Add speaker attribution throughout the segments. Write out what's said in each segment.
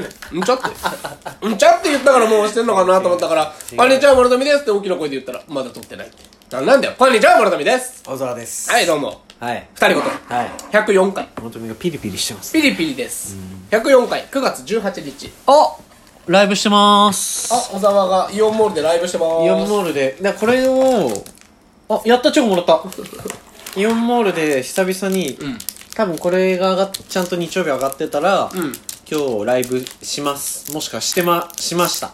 Speaker 1: んちゃってんちゃって言ったからもう押してんのかなと思ったから「パンニちゃん丸富です」って大きな声で言ったらまだ撮ってないななんだよパンニちゃん丸富です
Speaker 2: 小沢です
Speaker 1: はいどうも
Speaker 2: はい
Speaker 1: 二人ごと
Speaker 2: はい
Speaker 1: 104回
Speaker 2: 本当にピリピリしてます
Speaker 1: ピリピリです104回9月18日
Speaker 2: あライブしてます
Speaker 1: あ小沢がイオンモールでライブしてまーす
Speaker 2: イオンモールでなこれをあやったチョコもらった イオンモールで久々に、
Speaker 1: ん
Speaker 2: 多分これが上がっちゃんと日曜日上がってたら、
Speaker 1: ん
Speaker 2: 今日ライブしますもしかしてましました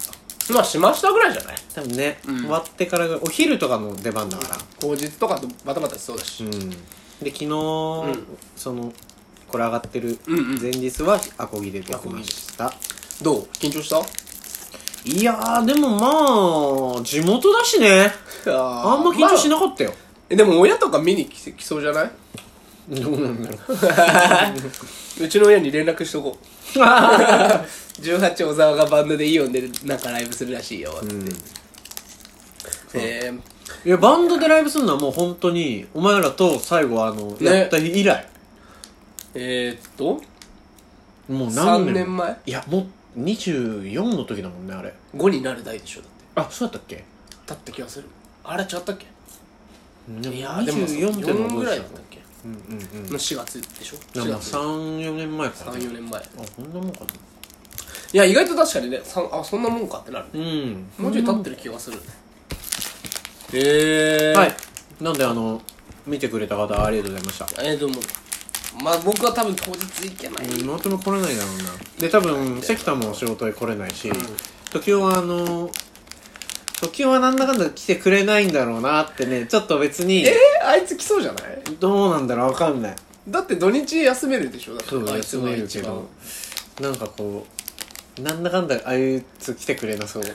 Speaker 1: まあしましたぐらいじゃない
Speaker 2: 多分ね、終わってからがお昼とかの出番だから
Speaker 1: 当日とかとバタバタしそうだし、
Speaker 2: うんで昨日、
Speaker 1: ん
Speaker 2: そのこれ上がってる
Speaker 1: うんうん
Speaker 2: 前日はアコギで出てました、
Speaker 1: どう緊張した
Speaker 2: いやーでもまあ地元だしねあんま緊張し
Speaker 1: い、
Speaker 2: なかったよ、
Speaker 1: えでも親とか見に来て来そうじゃない
Speaker 2: どうなんだろ
Speaker 1: うちの親に連絡しと こう18小沢がバンドでイオンでなんかライブするらしいよって、えー
Speaker 2: ういやバンドでライブするのはもう本当にお前らと最後あの、
Speaker 1: ね
Speaker 2: やった日以来
Speaker 1: えー、っと
Speaker 2: もう何
Speaker 1: 3
Speaker 2: 年
Speaker 1: 年前
Speaker 2: いやもう24の時だもんねあれ
Speaker 1: 5になる代でしょだって
Speaker 2: あそうだったっけ
Speaker 1: だった気がするあれちゃったっけ
Speaker 2: い
Speaker 1: い
Speaker 2: や
Speaker 1: やでも
Speaker 2: 24っての
Speaker 1: 4
Speaker 2: はどう
Speaker 1: ぐ
Speaker 2: し
Speaker 1: らい
Speaker 2: た
Speaker 1: だ
Speaker 2: の
Speaker 1: ったっけ
Speaker 2: うんうんう
Speaker 1: の
Speaker 2: ん
Speaker 1: 4月でしょ4月
Speaker 2: 34年前からね
Speaker 1: 34年前
Speaker 2: あこんなもんかない
Speaker 1: や意外と確かにねさんあそんなもんかってなる
Speaker 2: うん
Speaker 1: もうちょい経ってる気がするへえ
Speaker 2: はいなんであの見てくれた方ありがとうございました
Speaker 1: えー、でもまあ僕は多分当日行けない、
Speaker 2: 妹も来れないだろうなで多分関田も仕事へ来れないし、時雄はあの時雄はなんだかんだ来てくれないんだろうなってねちょっと別に
Speaker 1: えー、あいつ来そうじゃない
Speaker 2: どうなんだろうわかんない
Speaker 1: だって土日休めるでしょだって
Speaker 2: そう
Speaker 1: あい
Speaker 2: 休
Speaker 1: つが
Speaker 2: める
Speaker 1: 一
Speaker 2: け
Speaker 1: 番
Speaker 2: どなんかこうなんだかんだあいつ来てくれ なそう
Speaker 1: え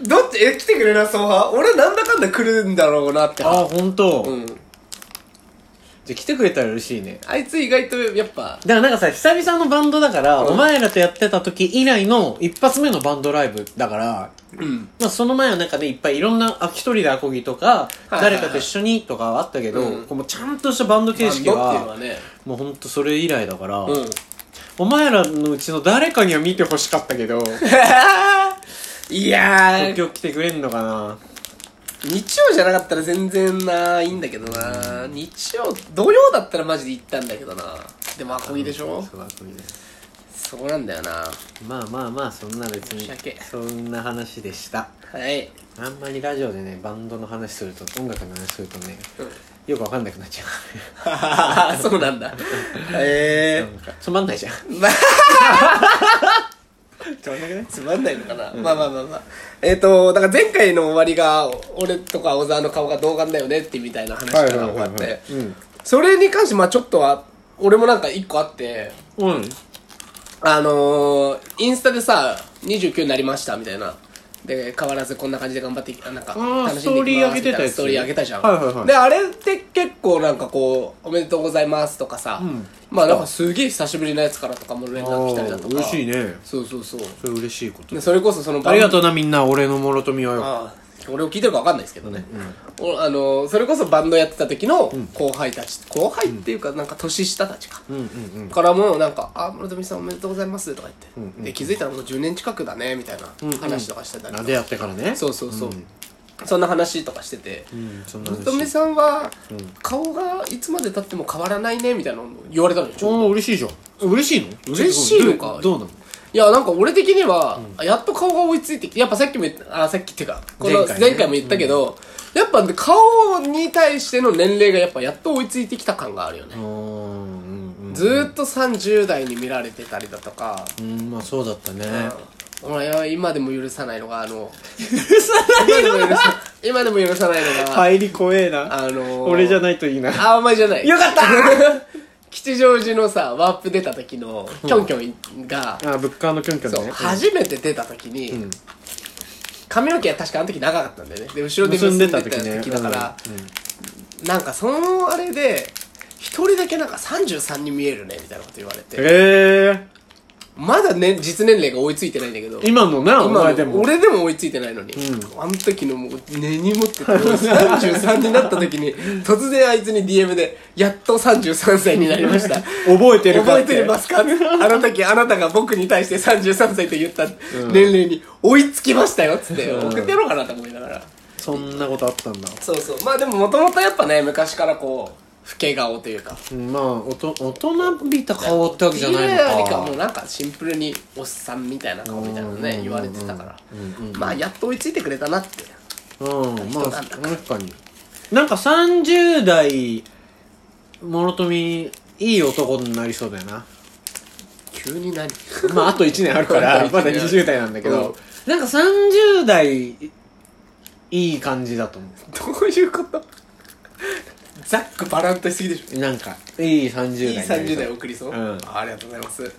Speaker 1: えー、どっちえ来てくれなそう派俺なんだかんだ来るんだろうなって
Speaker 2: ああ本当、
Speaker 1: うん
Speaker 2: じゃあ来てくれたら嬉しいね
Speaker 1: あいつ意外とやっぱ
Speaker 2: だからなんかさ久々のバンドだから、お前らとやってた時以来の一発目のバンドライブだから
Speaker 1: うん
Speaker 2: まあ、その前はなんかねいっぱいいろんなあ一人でアコギとか、
Speaker 1: いはい
Speaker 2: 誰かと一緒にとかはあったけど、
Speaker 1: うん
Speaker 2: こうもうちゃんとしたバンド形式
Speaker 1: バンドっ
Speaker 2: は
Speaker 1: ていうのはね
Speaker 2: もうほんとそれ以来だから、
Speaker 1: うん
Speaker 2: お前らのうちの誰かには見てほしかったけど
Speaker 1: いやー
Speaker 2: 東京来てくれんのかな
Speaker 1: 日曜じゃなかったら全然ないいんだけどな日曜土曜だったらマジで行ったんだけどなでもアコギでしょ
Speaker 2: そうアコギで
Speaker 1: そうなんだよな
Speaker 2: まあまあまあそんな別に
Speaker 1: 申し訳
Speaker 2: そんな話でした
Speaker 1: はい
Speaker 2: あんまりラジオでねバンドの話すると音楽の話するとねよくわかんなくなっちゃ う
Speaker 1: そうなんだへえ
Speaker 2: なんかつまんないじ ゃんつまんなくない
Speaker 1: つまんないのかな、まあまあまあまあえっ、とだから前回の終わりが俺とか小沢の顔が童顔だよねってみたいな話から終わっ
Speaker 2: はいはいはい
Speaker 1: て
Speaker 2: はいうん
Speaker 1: それに関してまあちょっとは俺もなんか一個あって
Speaker 2: うん
Speaker 1: あのー、インスタでさ29になりましたみたいなで変わらずこんな感じで頑張ってあなんか
Speaker 2: ー
Speaker 1: 楽しんでいきますみい
Speaker 2: ストーリー上げて
Speaker 1: な
Speaker 2: たやつ
Speaker 1: ストーリー上げたじゃん、
Speaker 2: はいはいはい
Speaker 1: であれって結構なんかこう「おめでとうございます」とかさ、まあなんかすげえ久しぶりのやつからとかも連絡来たりだとか
Speaker 2: 嬉しいね
Speaker 1: そうそうそう
Speaker 2: それ嬉しいこと
Speaker 1: でそれこそその
Speaker 2: ありが
Speaker 1: う
Speaker 2: とうなみんな俺の諸富はよ
Speaker 1: あー俺を聞いてるか分かんないですけどね、おあのーそれこそバンドやってた時の後輩たち、後輩っていうかなんか年下たちか、
Speaker 2: うんうんうん
Speaker 1: からもなんか「あ村富さんおめでとうございます」とか言って、で気づいたらもう10年近くだねみたいな話とかしてたりとか、
Speaker 2: なでやってからね
Speaker 1: そうそうそう、そんな話とかしてて「
Speaker 2: うんそんな
Speaker 1: 村
Speaker 2: 話
Speaker 1: 富さんは顔がいつまでたっても変わらないね」みたいなのを言われたのよちょうど
Speaker 2: おお嬉しいじゃん嬉しいの
Speaker 1: 嬉しいのか
Speaker 2: どうどう
Speaker 1: いやなんか俺的には、やっと顔が追いついてきてやっぱさっきも言ったあさっきっていうかこの
Speaker 2: 前回ね
Speaker 1: 前回も言ったけど、やっぱ顔に対しての年齢がやっぱやっと追いついてきた感があるよね、
Speaker 2: なのうーんうん
Speaker 1: ずーっと30代に見られてたりだとか、
Speaker 2: うんうんまあそうだったね
Speaker 1: 俺は今でも許さないのがあの
Speaker 2: 許さ
Speaker 1: 今でも許さ今でも許さないのが、
Speaker 2: 入り怖えな
Speaker 1: あのー、
Speaker 2: ないといいな
Speaker 1: あお前じゃない
Speaker 2: よかった
Speaker 1: 吉祥寺のさワープ出た時のキョンキョンが、
Speaker 2: あブッカーのキョンキョン
Speaker 1: そう
Speaker 2: ね
Speaker 1: 初めて出た時に、髪の毛は確かあの時長かったんだよねで後ろで
Speaker 2: 結
Speaker 1: 結
Speaker 2: ん
Speaker 1: ん
Speaker 2: で
Speaker 1: で
Speaker 2: た
Speaker 1: た
Speaker 2: 時ね
Speaker 1: 時だから、なんかそのあれで一人だけなんか33に見えるねみたいなこと言われて
Speaker 2: へえ
Speaker 1: まだね、実年齢が追いついてないんだけど。
Speaker 2: 今のな、お
Speaker 1: 今
Speaker 2: 前でも。
Speaker 1: 俺でも追いついてないのに、
Speaker 2: う
Speaker 1: あの時のもう根に持ってた33になった時に突然あいつに DM で「やっと33歳になりました」
Speaker 2: 覚えてるか
Speaker 1: 覚
Speaker 2: っ
Speaker 1: え
Speaker 2: て。
Speaker 1: てますかあの時あなたが僕に対して33歳と言った
Speaker 2: ん
Speaker 1: 年齢に追いつきましたよっつって
Speaker 2: うん
Speaker 1: 送ってやろうかなと思いながら、
Speaker 2: そんなことあったんだ。
Speaker 1: そうそうまあでももともとやっぱね昔からこう老け顔というか
Speaker 2: うんまあ、おと大人びた顔ってわけじゃない
Speaker 1: っていうよ
Speaker 2: の
Speaker 1: りか
Speaker 2: か
Speaker 1: もう。なんかシンプルにおっさんみたいな顔みたいなの
Speaker 2: うんうんうん
Speaker 1: ね
Speaker 2: うん
Speaker 1: 言われてたから
Speaker 2: うんうんうん
Speaker 1: まあやっと追いついてくれたなって
Speaker 2: うん、まあ、
Speaker 1: 人なんだから
Speaker 2: 確かに。なんか30代、諸富、いい男になりそうだよな。
Speaker 1: 急に何
Speaker 2: まあ、あと1年あるか
Speaker 1: あと
Speaker 2: ら、
Speaker 1: 一年
Speaker 2: まだ20代なんだけど、なんか30代、いい感じだと思
Speaker 1: どういうこと ざっくばらんとしすぎでし
Speaker 2: う。なんか、いい
Speaker 1: ょい
Speaker 2: 30
Speaker 1: い
Speaker 2: 代
Speaker 1: 30
Speaker 2: になりそう
Speaker 1: 代送りそう、
Speaker 2: うん
Speaker 1: ありがとうございます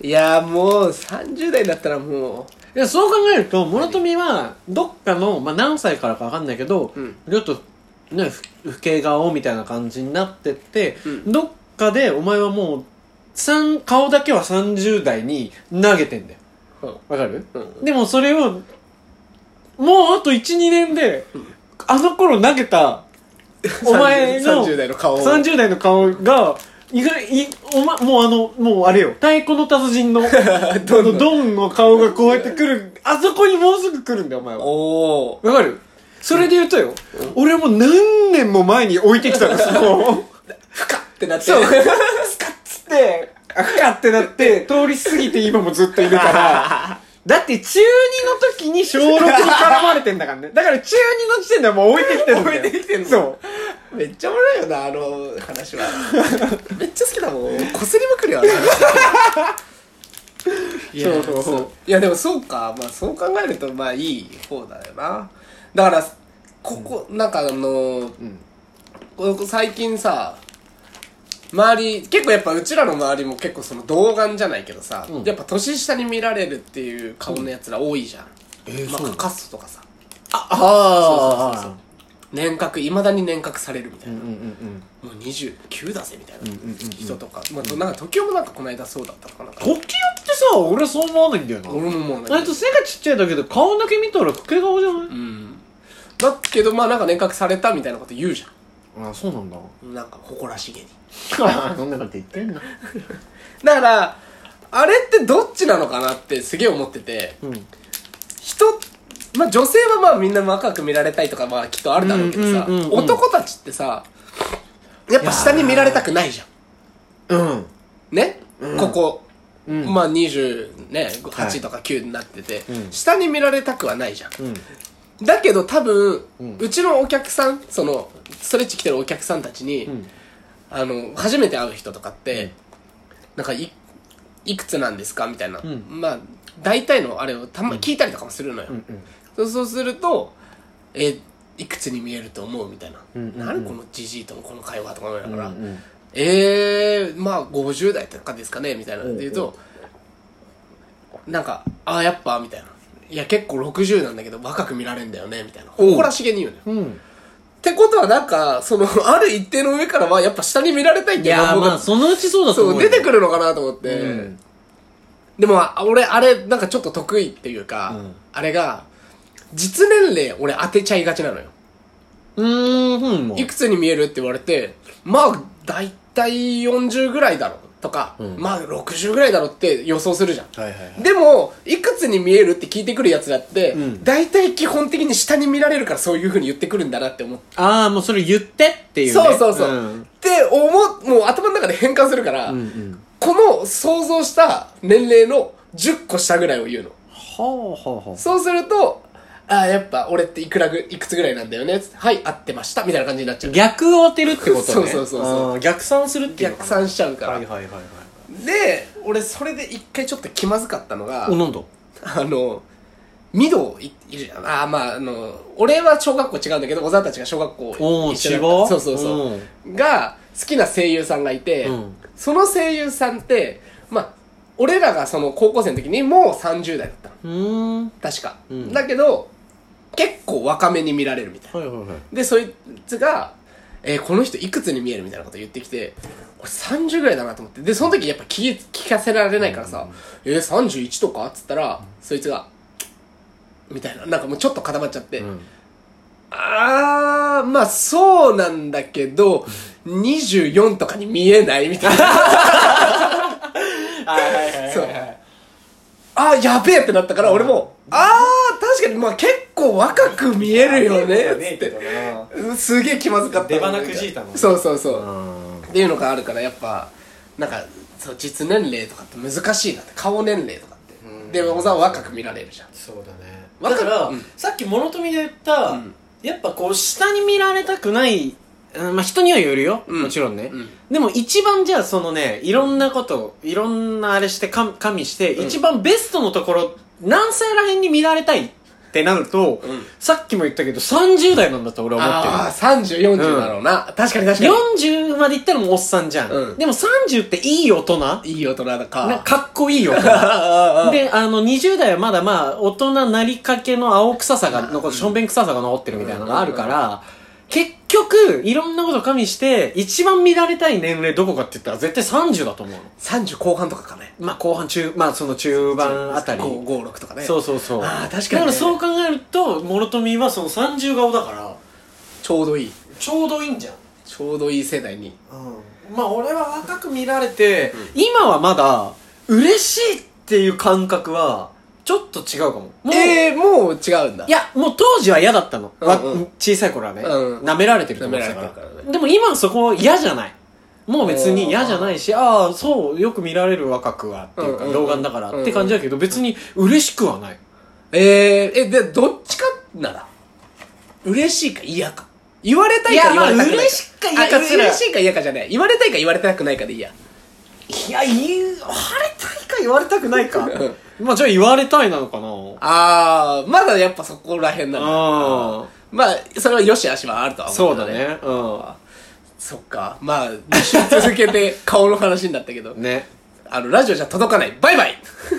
Speaker 1: いやーもう30代になったらも
Speaker 2: いや、そう考えると、諸富は、どっかの、まあ、何歳からかわかんないけど、
Speaker 1: うん
Speaker 2: ちょっと、ね、ふ老け顔みたいな感じになってって、
Speaker 1: う
Speaker 2: どっかで、お前はもう、三顔だけは30代に投げてんだよ。
Speaker 1: う、
Speaker 2: わかる、
Speaker 1: うん
Speaker 2: でもそれを、もうあと1、2年で、あの頃投げた、お前の
Speaker 1: 30代の顔を
Speaker 2: 30代の顔が、意外、い、おま、もうあの、もうあれよ、太鼓の達人の、
Speaker 1: どんどん
Speaker 2: どんドンの顔がこうやってくる、あそこにもうすぐ来るんだよ、お前は。
Speaker 1: おお
Speaker 2: わかるそれで言うとよ、俺はもう何年も前に置いてきたの、そこを。
Speaker 1: ふかってなって
Speaker 2: そう、スカッつって、あかってなって、通り過ぎて今もずっといるから。だって中2の時に小6に絡まれてんだからね。だから中2の時点ではもう置いてきてるんだ
Speaker 1: 置
Speaker 2: よ。
Speaker 1: いてきてんの
Speaker 2: そう。
Speaker 1: めっちゃおもろいよなあの話は めっちゃ好きだもんこすりまくるよあの話いや
Speaker 2: そうそうそう
Speaker 1: いやでもそうかまあそう考えるとまあいい方だよなだからここ、なんかあの
Speaker 2: うん。
Speaker 1: ここ最近さ周り結構やっぱうちらの周りも結構その童顔じゃないけどさ、
Speaker 2: うん
Speaker 1: やっぱ年下に見られるっていう顔のやつら多いじゃん、
Speaker 2: えー
Speaker 1: ま
Speaker 2: そうな
Speaker 1: あ
Speaker 2: の
Speaker 1: カストとかさ
Speaker 2: あ、あ
Speaker 1: そうそうそうそう年格いまだに年格されるみたいな、
Speaker 2: うんうんうん
Speaker 1: もう29だぜみたいな
Speaker 2: うんうんうんうん
Speaker 1: 人とか、まあ、となんか時代もなんかこの間そうだったかな
Speaker 2: 時よってさ、俺はそう思わないんだよな。
Speaker 1: 俺ももう
Speaker 2: あいつ背がちっちゃいだけど顔だけ見たら老け顔じゃない、
Speaker 1: うんだけどまあなんか年格されたみたいなこと言うじ
Speaker 2: あ、そうなんだ。
Speaker 1: ゃんなんか誇らしげに
Speaker 2: そんなこと言ってんな。
Speaker 1: だからあれってどっちなのかなってすげえ思ってて
Speaker 2: うん。
Speaker 1: 人まあ女性はまあみんな若く見られたいとかまあきっとあるだろうけどさ、
Speaker 2: うんうんうんうん
Speaker 1: 男たちってさやっぱ下に見られたくないじゃ
Speaker 2: うん。
Speaker 1: んね、ここ、
Speaker 2: うん
Speaker 1: まあ20ね
Speaker 2: は
Speaker 1: 8
Speaker 2: い
Speaker 1: とか9になってて、
Speaker 2: うん
Speaker 1: 下に見られたくはないじゃん
Speaker 2: うん。
Speaker 1: だけど多分、う
Speaker 2: うん
Speaker 1: ちのお客さんそのストレッチ来てるお客さんたちに、
Speaker 2: うん。
Speaker 1: あの初めて会う人とかって、なんかいいくつなんですかみたいな、
Speaker 2: ん
Speaker 1: まあ大体のあれをたま聞いたりとかもするのよ、
Speaker 2: うん。
Speaker 1: そうそうすると「えいくつに見えると思う?」みたいな「
Speaker 2: うんうんうん
Speaker 1: 何このじじいとのこの会話」とか思いな
Speaker 2: だ
Speaker 1: がら「
Speaker 2: うん
Speaker 1: えー、まあ50代とかですかね」みたいなで言うと、なんか「ああやっぱ」みたいな「いや結構60なんだけど若く見られんだよね」みたいな誇らしげに言うのよ
Speaker 2: うん。
Speaker 1: ってことはなんか、その、 ある一定の上からは、やっぱ下に見られたいっ
Speaker 2: い
Speaker 1: ていう
Speaker 2: や
Speaker 1: 願
Speaker 2: ー、
Speaker 1: 望
Speaker 2: まあ、
Speaker 1: が、
Speaker 2: そのうちそうだと
Speaker 1: そ
Speaker 2: 思
Speaker 1: う、
Speaker 2: う。
Speaker 1: 出て
Speaker 2: る。
Speaker 1: くるのかなと思って。
Speaker 2: うん。
Speaker 1: でも、あ俺、あれ、なんかちょっと得意っていうか、
Speaker 2: うん
Speaker 1: あれが、実年齢、俺当てちゃいがちなのよ。
Speaker 2: うーん、うん、もう
Speaker 1: いくつに見えるって言われて、まあ、だいたい40ぐらいだろ、とか、
Speaker 2: うん
Speaker 1: まあ、60ぐらいだろって予想するじゃん。
Speaker 2: はいはいはい。
Speaker 1: でも、いくつに見えるって聞いてくるやつだって、
Speaker 2: うん
Speaker 1: だいたい基本的に下に見られるからそういう風に言ってくるんだなって思って
Speaker 2: ああ、もうそれ言ってっていうね。
Speaker 1: そうそうそう。
Speaker 2: うん
Speaker 1: って思う、もう頭の中で変換するから、
Speaker 2: うんうん。
Speaker 1: この想像した年齢の10個下ぐらいを言うの。
Speaker 2: ほうほうほう。
Speaker 1: そうすると、ああ、やっぱ俺っていくらぐ、いくつぐらいなんだよね。つってはい、合ってました。みたいな感じになっちゃう。
Speaker 2: 逆を当てるってことね。
Speaker 1: そうそうそうそう
Speaker 2: あー逆算するっていうの
Speaker 1: 逆
Speaker 2: かな。
Speaker 1: 算しちゃうから。
Speaker 2: はいはいはいはい。
Speaker 1: で、俺それで一回ちょっと気まずかったのが、
Speaker 2: お、なんだ
Speaker 1: あの、ミドいいるじゃん。ああ、まあ、あの、俺は小学校違うんだけど、小沢たちが小学校
Speaker 2: おー、
Speaker 1: 一緒だ
Speaker 2: 千
Speaker 1: った
Speaker 2: 葉
Speaker 1: そうそうそう。が好きな声優さんがいて、
Speaker 2: うん
Speaker 1: その声優さんってまあ俺らがその高校生の時にもう30代だったの
Speaker 2: うん。うーん。は
Speaker 1: 確か、
Speaker 2: うん
Speaker 1: だけど結構若めに見ら れるみたいない
Speaker 2: はいはい。
Speaker 1: でそいつが、えーこの人いくつに見える?」みたいなこと言ってきて俺30ぐらいだなと思ってでその時やっぱ聞き聞かせられないからさ「えー、31とか?」っつったら、そいつが「みたいななんかもうちょっと固まっちゃって、
Speaker 2: ん
Speaker 1: あーまあそうなんだけど24とかに見えないみたい な
Speaker 2: はいはいはいはいはい
Speaker 1: そうあーやべえってなったから俺も「あー確かにまあ結構若く見えるよね」っつって
Speaker 2: う
Speaker 1: うんすげえ気まずかった
Speaker 2: 出花くじいたの
Speaker 1: そうそうそう、
Speaker 2: ん
Speaker 1: っていうのがあるからやっぱなんかそう実年齢とかって難しいなって顔年齢とかって、
Speaker 2: うん
Speaker 1: で小沢は若く見られるじゃん
Speaker 2: そうだね
Speaker 1: わか
Speaker 2: だ
Speaker 1: る
Speaker 2: から、
Speaker 1: うん
Speaker 2: さっき物富で言った、
Speaker 1: うん
Speaker 2: やっぱこう下に見られたくないうんまあ人にはよるよ、
Speaker 1: うん
Speaker 2: もちろんね、
Speaker 1: うん
Speaker 2: でも一番じゃあそのねいろんなこと、いろんなあれしてかん加味して、一番ベストのところ何歳らへんに見られたいってなると、
Speaker 1: うん
Speaker 2: さっきも言ったけど30代なんだと俺は思ってる
Speaker 1: ああ3040だろうな、確かに確か
Speaker 2: 40までいったらもうおっさんじゃん、
Speaker 1: うん
Speaker 2: でも30っていい大人な
Speaker 1: にいい大人だか
Speaker 2: かっこいいよで、あの、20代はまだまあ、大人なりかけの青臭さが残って、しょんべん臭さが残ってるみたいなのがあるから、結局、いろんなこと加味して、一番見られたい年齢どこかって言ったら絶対30だと思うの。
Speaker 1: 30後半とかかね
Speaker 2: まあ、後半中、まあ、その中盤あたり。
Speaker 1: 556とかね
Speaker 2: そうそうそう。
Speaker 1: あー確かにね
Speaker 2: だからそう考えると、諸富はその30顔だから、
Speaker 1: ちょうどいい
Speaker 2: ちょうどいいんじゃん。
Speaker 1: ちょうどいい世代に
Speaker 2: うん、まあ俺は若く見られて、今はまだ嬉しいっていう感覚はちょっと違うかももう、
Speaker 1: ええー、もう違うんだ
Speaker 2: いやもう当時は嫌だったの、わ
Speaker 1: うんうん
Speaker 2: 小さい頃はね、
Speaker 1: うん
Speaker 2: 舐められてると思
Speaker 1: 舐め
Speaker 2: って
Speaker 1: ら
Speaker 2: た
Speaker 1: れ
Speaker 2: か
Speaker 1: て
Speaker 2: ら
Speaker 1: るからね
Speaker 2: でも今そこは嫌じゃないもう別に嫌じゃないしああそうよく見られる若くはっていうか、
Speaker 1: うんうんうん
Speaker 2: 老眼だからって感じだけど、別に嬉しくはない
Speaker 1: えー、えでどっちかなら嬉しいか嫌か言われたいか
Speaker 2: いや
Speaker 1: 言
Speaker 2: まあ
Speaker 1: われたくないか
Speaker 2: 嬉しいか嫌か
Speaker 1: あ
Speaker 2: すら
Speaker 1: 嬉しいか嫌かじゃない言われたいか言われたくないかでいいや
Speaker 2: いや言われたいか言われたくないかまあじゃあ言われたいなのかな
Speaker 1: ああまだやっぱそこら辺なんだ
Speaker 2: ああ
Speaker 1: まあそれは良し悪しはあるとは思
Speaker 2: そうう
Speaker 1: け
Speaker 2: だ
Speaker 1: ど
Speaker 2: ねうん
Speaker 1: そっかまあ2週続けて顔の話になったけど
Speaker 2: ね
Speaker 1: あのラジオじゃ届かないバイバイ